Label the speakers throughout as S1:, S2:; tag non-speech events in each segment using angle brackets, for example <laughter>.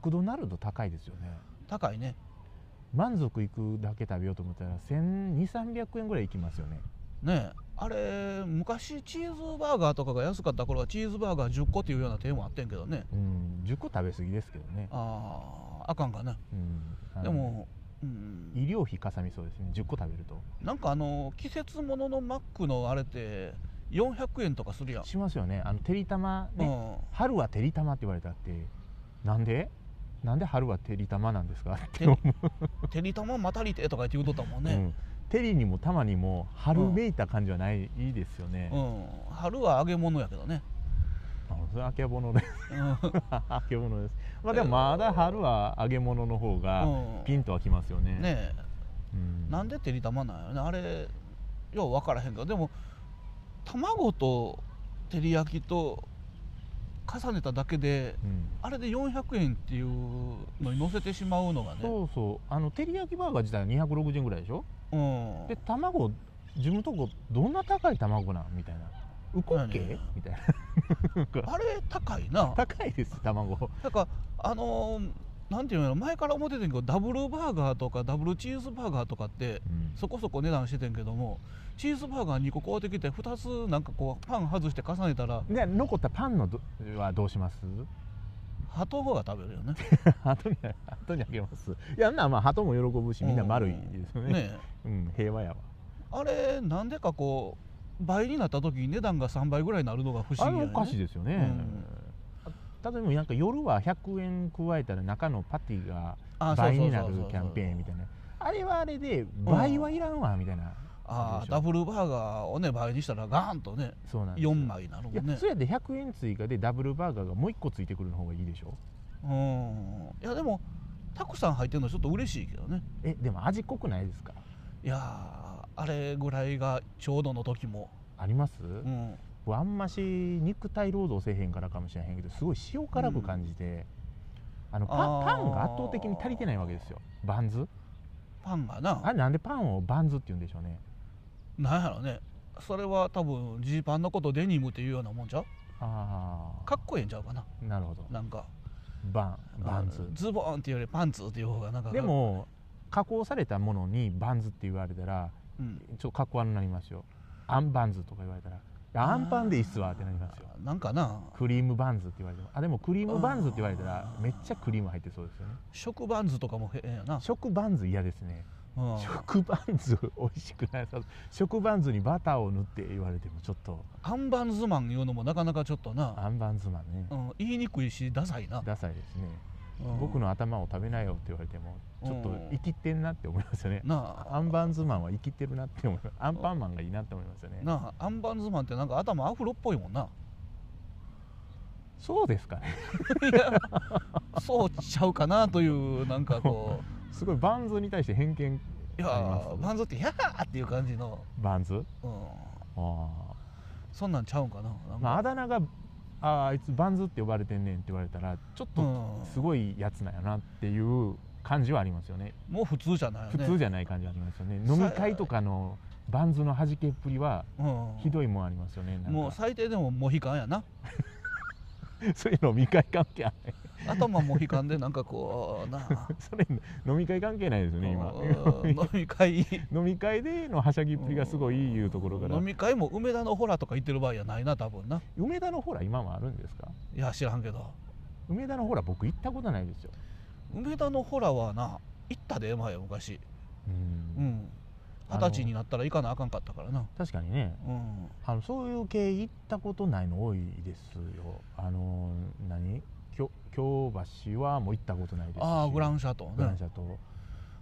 S1: クドナルド高いですよね
S2: 高いね
S1: 満足いくだけ食べようと思ったら1200300円ぐらいいきますよね
S2: ねえあれ昔チーズバーガーとかが安かった頃はチーズバーガー10個っていうような手もあってんけどね
S1: うん10個食べ過ぎですけどね、
S2: あああかんかな
S1: うんあの
S2: でも、うん、
S1: 医療費かさみそうですね10個食べると
S2: なんかあの季節もののマックのあれって400円とかするやん、
S1: しますよねあのてりたま
S2: う
S1: ね、
S2: ん、
S1: 春はてりたまって言われたってなんでなんで春はてりたまなんですかって
S2: て
S1: 思
S2: てりたままたりてとか言って言うとったもん
S1: う、
S2: ね、
S1: うんてりにもたまにも春めいた感じはない、いいですよね
S2: う、ん春は揚げ物やけどね、
S1: あのそれはあけぼので <laughs>
S2: うん
S1: あけぼのですまあでもまだ春は揚げ物の方が
S2: うん
S1: ピンとはきますよね、
S2: ね
S1: うん
S2: えなんでてりたまなんやろねあれよう分からへんけどでも卵と照り焼きと重ねただけで
S1: うん
S2: あれで400円っていうのに乗せてしまうのがね
S1: そうそうあの照り焼きバーガー自体は260円ぐらいでしょ
S2: うん
S1: で卵自分とこどんな高い卵なんみたいなウコッケ
S2: そうやね
S1: みたいな
S2: あれ高いな
S1: 高いです卵
S2: なんかあのーなんていうのやろ前から思っててんけどダブルバーガーとかダブルチーズバーガーとかって
S1: うん
S2: そこそこ値段しててんけどもチーズバーガー2個買うてきて2つなんかこうパン外して重ねたら
S1: で残ったパンのどはどうします <laughs>
S2: ハトが食べるよね
S1: 後に後にあげますいやあんなんまあ鳩も喜ぶしみんな丸いですよ <laughs> ね,、
S2: ねえ
S1: うん平和やわ
S2: あれなんでかこう倍になった時に値段が3倍ぐらいになるのが不思
S1: あれ
S2: 議や
S1: お
S2: ね
S1: かしいですよね、あ例えばなんか夜は100円加えたら中のパティが
S2: あそう
S1: 倍
S2: そう
S1: に
S2: そう
S1: な
S2: そう
S1: るキャンペーンみたいなあれはあれで倍はいらんわみたいな、
S2: あ
S1: で
S2: あ
S1: しょ
S2: ダブルバーガーをね倍にしたらガーンとね
S1: そうなんですよ
S2: 4枚になるも
S1: いや
S2: んね
S1: それで100円追加でダブルバーガーがもう1個ついてくるの方がいいでしょ
S2: うんいやでもたくさん入ってるのちょっと嬉しいけどね
S1: えでも味濃くないですか
S2: いやーあれぐらいがちょうどの時も、
S1: あります、
S2: うん、
S1: 僕あんまし肉体労働せえへんからかもしれへんけどすごい塩辛く感じて、あのパ
S2: あー
S1: パンが圧倒的に足りてないわけですよバンズ
S2: パンがな
S1: あれなんでパンをバンズって言うんでしょうね
S2: なんやろねそれは多分ジーパンのことデニムっていうようなもんちゃう
S1: あ
S2: かっこええんちゃうかな
S1: あなるほど
S2: なんか
S1: バンバン
S2: あ
S1: ズ
S2: のズボンっていうよりパンツっていう方がなんか
S1: で、も加工されたものにバンズって言われたら
S2: うん、
S1: ちょっとかっこ悪になりますよアンバンズとか言われたらいやアンパンでいいっすわってなりますよ
S2: なんかな
S1: クリームバンズって言われてもあでもクリームバンズって言われたらめっちゃクリーム入ってそうですよね
S2: 食バンズとかも変やな、
S1: 食バンズ嫌ですね
S2: うん
S1: 食バンズ美味しくないさ食バンズにバターを塗って言われてもちょっと
S2: アンバンズマンいうのもなかなかちょっとな、
S1: アンバンズマンね
S2: うん、言いにくいしダサいな、
S1: ダサいですね
S2: うん
S1: 僕の頭を食べなよって言われてもちょっと生きてんなって思いますよね
S2: なあ
S1: アンバンズマンは生きてるなって思いますアンパンマンがいいなって思いますよね
S2: なあアンバンズマンってなんか頭アフロっぽいも
S1: <laughs>
S2: んな
S1: そうですかね
S2: いやそうちゃうかなというなんかこ
S1: <laughs> すごいバンズに対して偏見
S2: うい
S1: あ
S2: や
S1: ります
S2: バンズって「やー!」っていう感じの、
S1: バンズ
S2: うん、
S1: ああ
S2: そんなんちゃうんかななんか
S1: まあ、あだ名がああいつバンズって呼ばれてんねんって言われたらちょっと
S2: うん
S1: すごいやつなんやなっていう感じはありますよね
S2: もう普通じゃないよ
S1: 普
S2: ね
S1: 通
S2: じ
S1: じゃない感じありますよね
S2: さ
S1: 飲み会とかのバンズの弾けっぷりは
S2: ゃ、うん、
S1: ひどいもんありますよねなんか
S2: もう最低でもモヒカンやな
S1: そういう飲み会関係ない
S2: 頭モヒカンでなんかこうなあ
S1: <laughs> それ飲み会関係ないですよ <laughs> ね今
S2: うん飲み会
S1: 飲み会でのはしゃぎっぷりがすごいいうところから
S2: 飲み会も梅田のホラとか行ってる場合やないな多分な
S1: 梅田のほら今もあるんですか
S2: いや知らんけど
S1: 梅田のほら僕行ったことないですよ
S2: 梅田のホラはな行ったで前は昔
S1: う
S2: うんん
S1: あ
S2: 二
S1: の
S2: 十歳になったら行かなあかんかったからな
S1: 確かにね
S2: うん
S1: あのそういう系行ったことないの多いですよあの何京京橋はもう行ったことないですし
S2: ああグランシャト
S1: グラ
S2: ー
S1: ン
S2: ね
S1: シャと、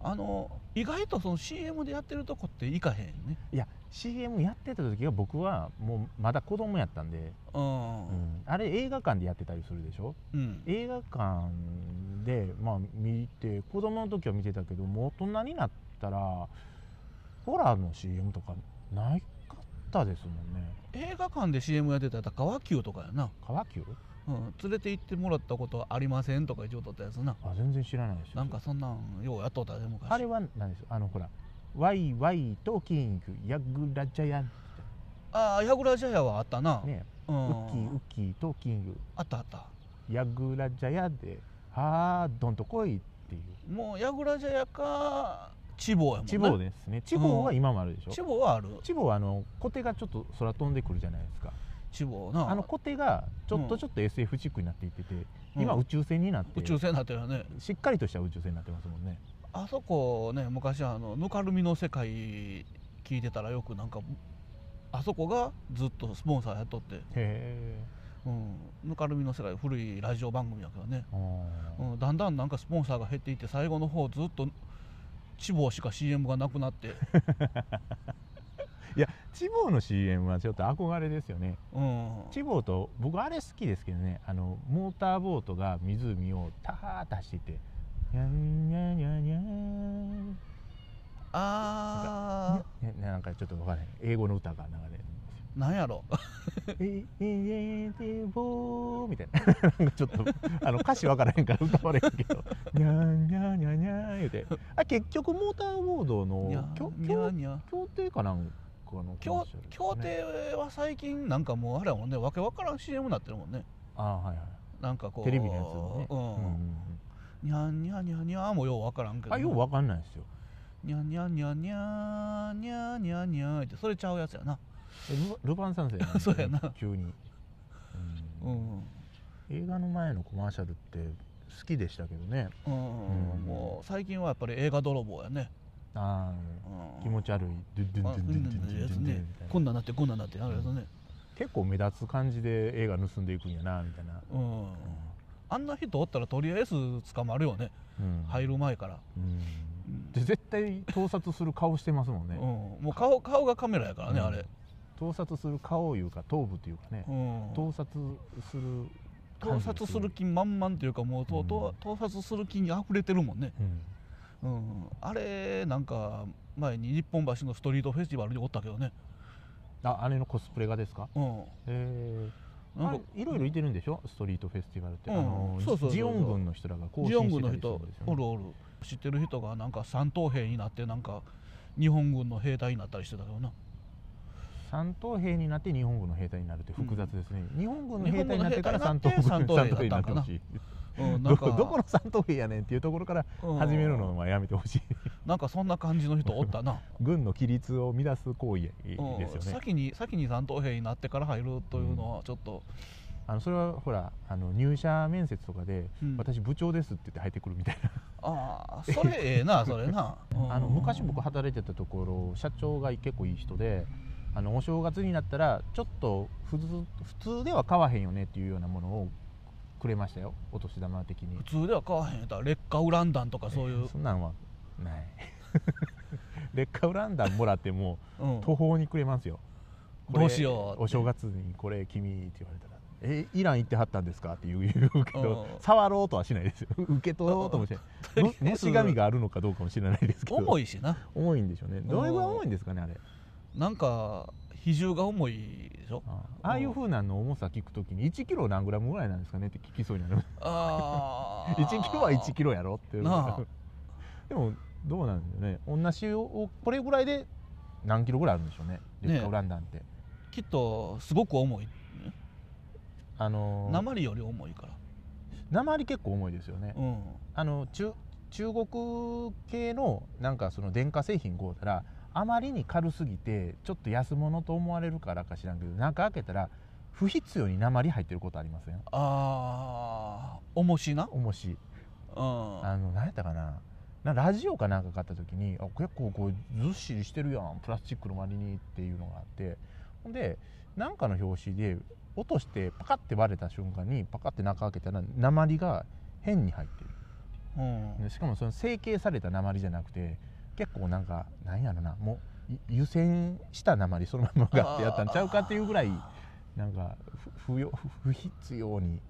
S2: あの意外とその CM でやってるとこって行かへんね
S1: いや CM やってた時は僕はもうまだ子供やったんで、
S2: う
S1: うん
S2: ん
S1: あれ映画館でやってたりするでしょ
S2: うん
S1: 映画館でまあ見て子供の時は見てたけどもう大人になったらホラーの CM とかなかったですもんね
S2: 映画館で CM やってたら川急とかやな
S1: 川急
S2: うん連れて行ってもらったことありませんとか一応とったやつな
S1: あ全然知らないですよ
S2: なんかそんなんようやっとったで昔
S1: あれは何でしょうあのほらワイワイとキングヤグラジャヤン
S2: ああ矢倉茶屋はあったな
S1: ね
S2: う
S1: ウ
S2: ん
S1: ッキーウッキーとキング
S2: あったあった
S1: ヤグラジャヤではあどんとこいっていう
S2: もう櫓茶屋か千房やもんね
S1: 地方ですね地方は今もあるでしょ、
S2: 千房はある
S1: 地方はあのコテがちょっと空飛んでくるじゃないですか
S2: 千房な
S1: あのコテがちょっとちょっと SF 地区になっていってて、
S2: うん
S1: 今宇宙船になって
S2: 宇宙船になってるよね
S1: しっかりとした宇宙船になってますもんね
S2: あそこね昔あのぬかるみの世界聞いてたらよくなんかあそこがずっとスポンサーやっとって、
S1: へ
S2: うん、ぬかるみの世界古いラジオ番組やけどね、
S1: え、う、
S2: うんん、だんだんなんかスポンサーが減っていって最後の方ずっと地方しか CM がなくなって、
S1: いや地方の CM はちょっと憧れですよね <laughs>
S2: うん、
S1: 地方と僕あれ好きですけどねあのモーターボートが湖をターッと走っていってニャンニャンニャンニャン
S2: あ
S1: ねなんかちょっと分からへん英語の歌が流れるんですよ
S2: ーなんやろ
S1: 「ええええぼー」みたいななんかちょっとあの歌詞分からへんから歌われへんけど「にゃんにゃんにゃんにゃん」言うてあ結局モーターボード
S2: にゃ
S1: の協
S2: にゃ
S1: 協
S2: にゃ
S1: 協定かなんかの
S2: 協
S1: 話です
S2: 協
S1: ね
S2: 定は最近なんかもうあれやもんねわけわからん CM になってるもんね
S1: ああはいはい
S2: なんかこう
S1: テレビのやつもね、
S2: うんにゃんにゃんにゃんにゃんもようわからんけど、
S1: あよう分かんないですよ
S2: にゃんにゃんにゃんにゃんにゃんにゃんにゃんってそれちゃうやつやな
S1: えルルパン三世なんです
S2: そうやな
S1: 急に、
S2: う
S1: うん
S2: ん
S1: 映画の前のコマーシャルって好きでしたけどね
S2: うん、
S1: うん
S2: もう最近はやっぱり映画泥棒やね、
S1: あ
S2: う
S1: あ
S2: ん、
S1: 気持
S2: ち
S1: ち悪いドゥンドゥンドゥンドゥンドゥンドゥンドゥンドゥンみたいな
S2: こんなんなってこんなんなってあるやつね
S1: 結構目立つ感じで映画盗んでいくんやなみたいな、
S2: うん、あんな人おったらとりあえず捕まるよね
S1: うん
S2: 入る前から、
S1: うん
S2: うん
S1: で絶対盗撮する顔してますもん
S2: う
S1: ね、
S2: ん、もう顔顔がカメラやからね、あれ、
S1: 盗撮する顔いうか頭部というかね、
S2: うん、
S1: 盗撮する
S2: 盗
S1: 感じが
S2: 撮する気満々っていうかもうと、と盗撮する気に溢れてるもんね、
S1: うん
S2: うん、あれなんか前に日本橋のストリートフェスティバルにおったけどね、
S1: ああれのコスプレがですか
S2: うん、
S1: ええ
S2: なんか
S1: いろいろいてるんでしょ、ストリートフェスティバルって、
S2: うん
S1: あの
S2: そうそうそうそう
S1: ジオン軍の人らが行
S2: ジオ
S1: 進
S2: ン
S1: し
S2: 軍
S1: てた
S2: の
S1: りする
S2: 人
S1: んですよ、
S2: お
S1: ね
S2: るおる知ってる人がなんか三等兵になってなんか日本軍の兵隊になったりしてたけどな
S1: 三等兵になって日本軍の兵隊になるって複雑ですね、日本軍の兵隊になってから
S2: 日本
S1: 三
S2: 軍
S1: 等
S2: の
S1: 軍三等兵
S2: 兵隊になって
S1: になってほしい
S2: うんな
S1: ど
S2: んか
S1: こどこの三等兵やねんっていうところから
S2: うん
S1: 始めるのはやめてほしい
S2: なんかそんな感じの人おったな、
S1: 軍の規律を乱す行為
S2: うん
S1: ですよね
S2: 先に先に三等兵になってから入るというのはちょっと、
S1: あのそれはほらあの入社面接とかで、
S2: うん
S1: 私部長ですって言って入ってくるみたいな、
S2: ああそれええなそれ
S1: <laughs>
S2: な、うん
S1: あの昔僕働いてたところ社長が結構いい人であのお正月になったらちょっと普通普通では買わへんよねっていうようなものをくれましたよお年玉的に
S2: 普通では買わへんやったら劣化ウラン弾とかそういう、
S1: そんなんはない <laughs> 劣化ウランダンもらっても
S2: うん
S1: 途方に暮れますよこれ
S2: どうしよう
S1: お
S2: <laughs>
S1: 正月にこれ君って言われたらえイラン行ってはったんですかって言う <laughs> 言うけど
S2: うん
S1: 触ろうとはしないですよ <laughs> 受け取ろうともしない
S2: <laughs> うん
S1: ももし紙があるのかどうかも知らないですけど
S2: 重
S1: い
S2: いしな
S1: 重いんでしょうねどれぐらい重いんですかねあれ
S2: なんか比重が重いでしょ
S1: ああああいうふうなの重さ聞くときに1キロ何グラムぐらいなんですかねって聞きそうになる
S2: あ
S1: <laughs>
S2: あ
S1: 1キロは1キロやろっていう
S2: なあ
S1: でもどうなんですよね同じをこれぐらいで何キロぐらいあるんでしょうね劣化ウランダンって、
S2: きっとすごく重い
S1: あのー
S2: 鉛より重いから
S1: 鉛結構重いですよね
S2: うん
S1: あの中中国系のなんかその電化製品買うたらあまりに軽すぎてちょっと安物と思われるからか知らんけど中開けたら不必要に鉛入ってることありません
S2: ああ重しな
S1: おもし
S2: うん
S1: あの何やったかななラジオかなんか買った時にあ結構こうずっしりしてるやんプラスチックの割にっていうのがあってほんでなんかの表紙で落としてパカッて割れた瞬間にパカッて中開けたら鉛が変に入ってる
S2: うん
S1: でしかもその成形された鉛じゃなくて結構なんかなんやろなもうい湯煎した鉛そのままがってやったんちゃうかっていうぐらいなんかふ不要不不必要に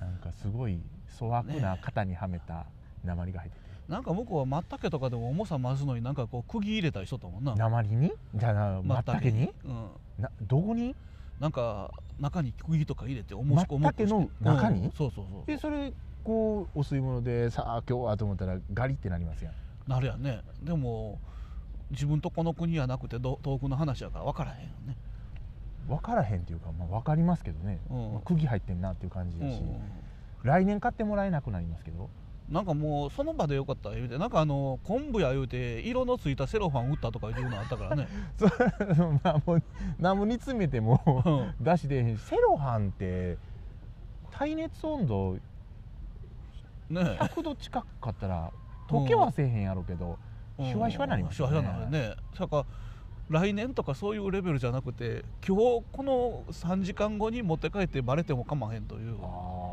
S1: なんかすごい粗悪な型にはめた鉛が入ってて、
S2: なんか向こうはマッタケとかでも重さ増すのになんかこう釘入れたりしとったも
S1: <laughs>
S2: んな
S1: 鉛にじゃあなまったけに
S2: うん
S1: などこに
S2: なんか中に釘とか入れて重しく重くして
S1: マッタケの中に
S2: うんそうそうそ
S1: でそれこうお吸い物でさあ今日はと思ったらガリってなりますやん
S2: うなるやんねでも自分とこの国やなくてど遠くの話やから分からへんよね
S1: 分からへんっていうか、まあ、分かりますけどね、
S2: うん
S1: まあ、釘入ってんなっていう感じだし、
S2: うん
S1: 来年買ってもらえなくなりますけど
S2: なんかもうその場でよかった言うてなんかあの昆布や言うて色のついたセロファン売ったとかいうのあったからね
S1: そ <laughs> まあもう何も煮詰めても <laughs>
S2: うん
S1: 出し出えへんしセロハンって耐熱温度
S2: ねえ
S1: 100度近かったら溶けはせえへんやろうけど、
S2: うん
S1: シュワシュワになります
S2: シュ
S1: よ
S2: ワ
S1: ね
S2: シュワになるねだから来年とかそういうレベルじゃなくて今日この3時間後に持って帰ってバレてもかまへんという
S1: あ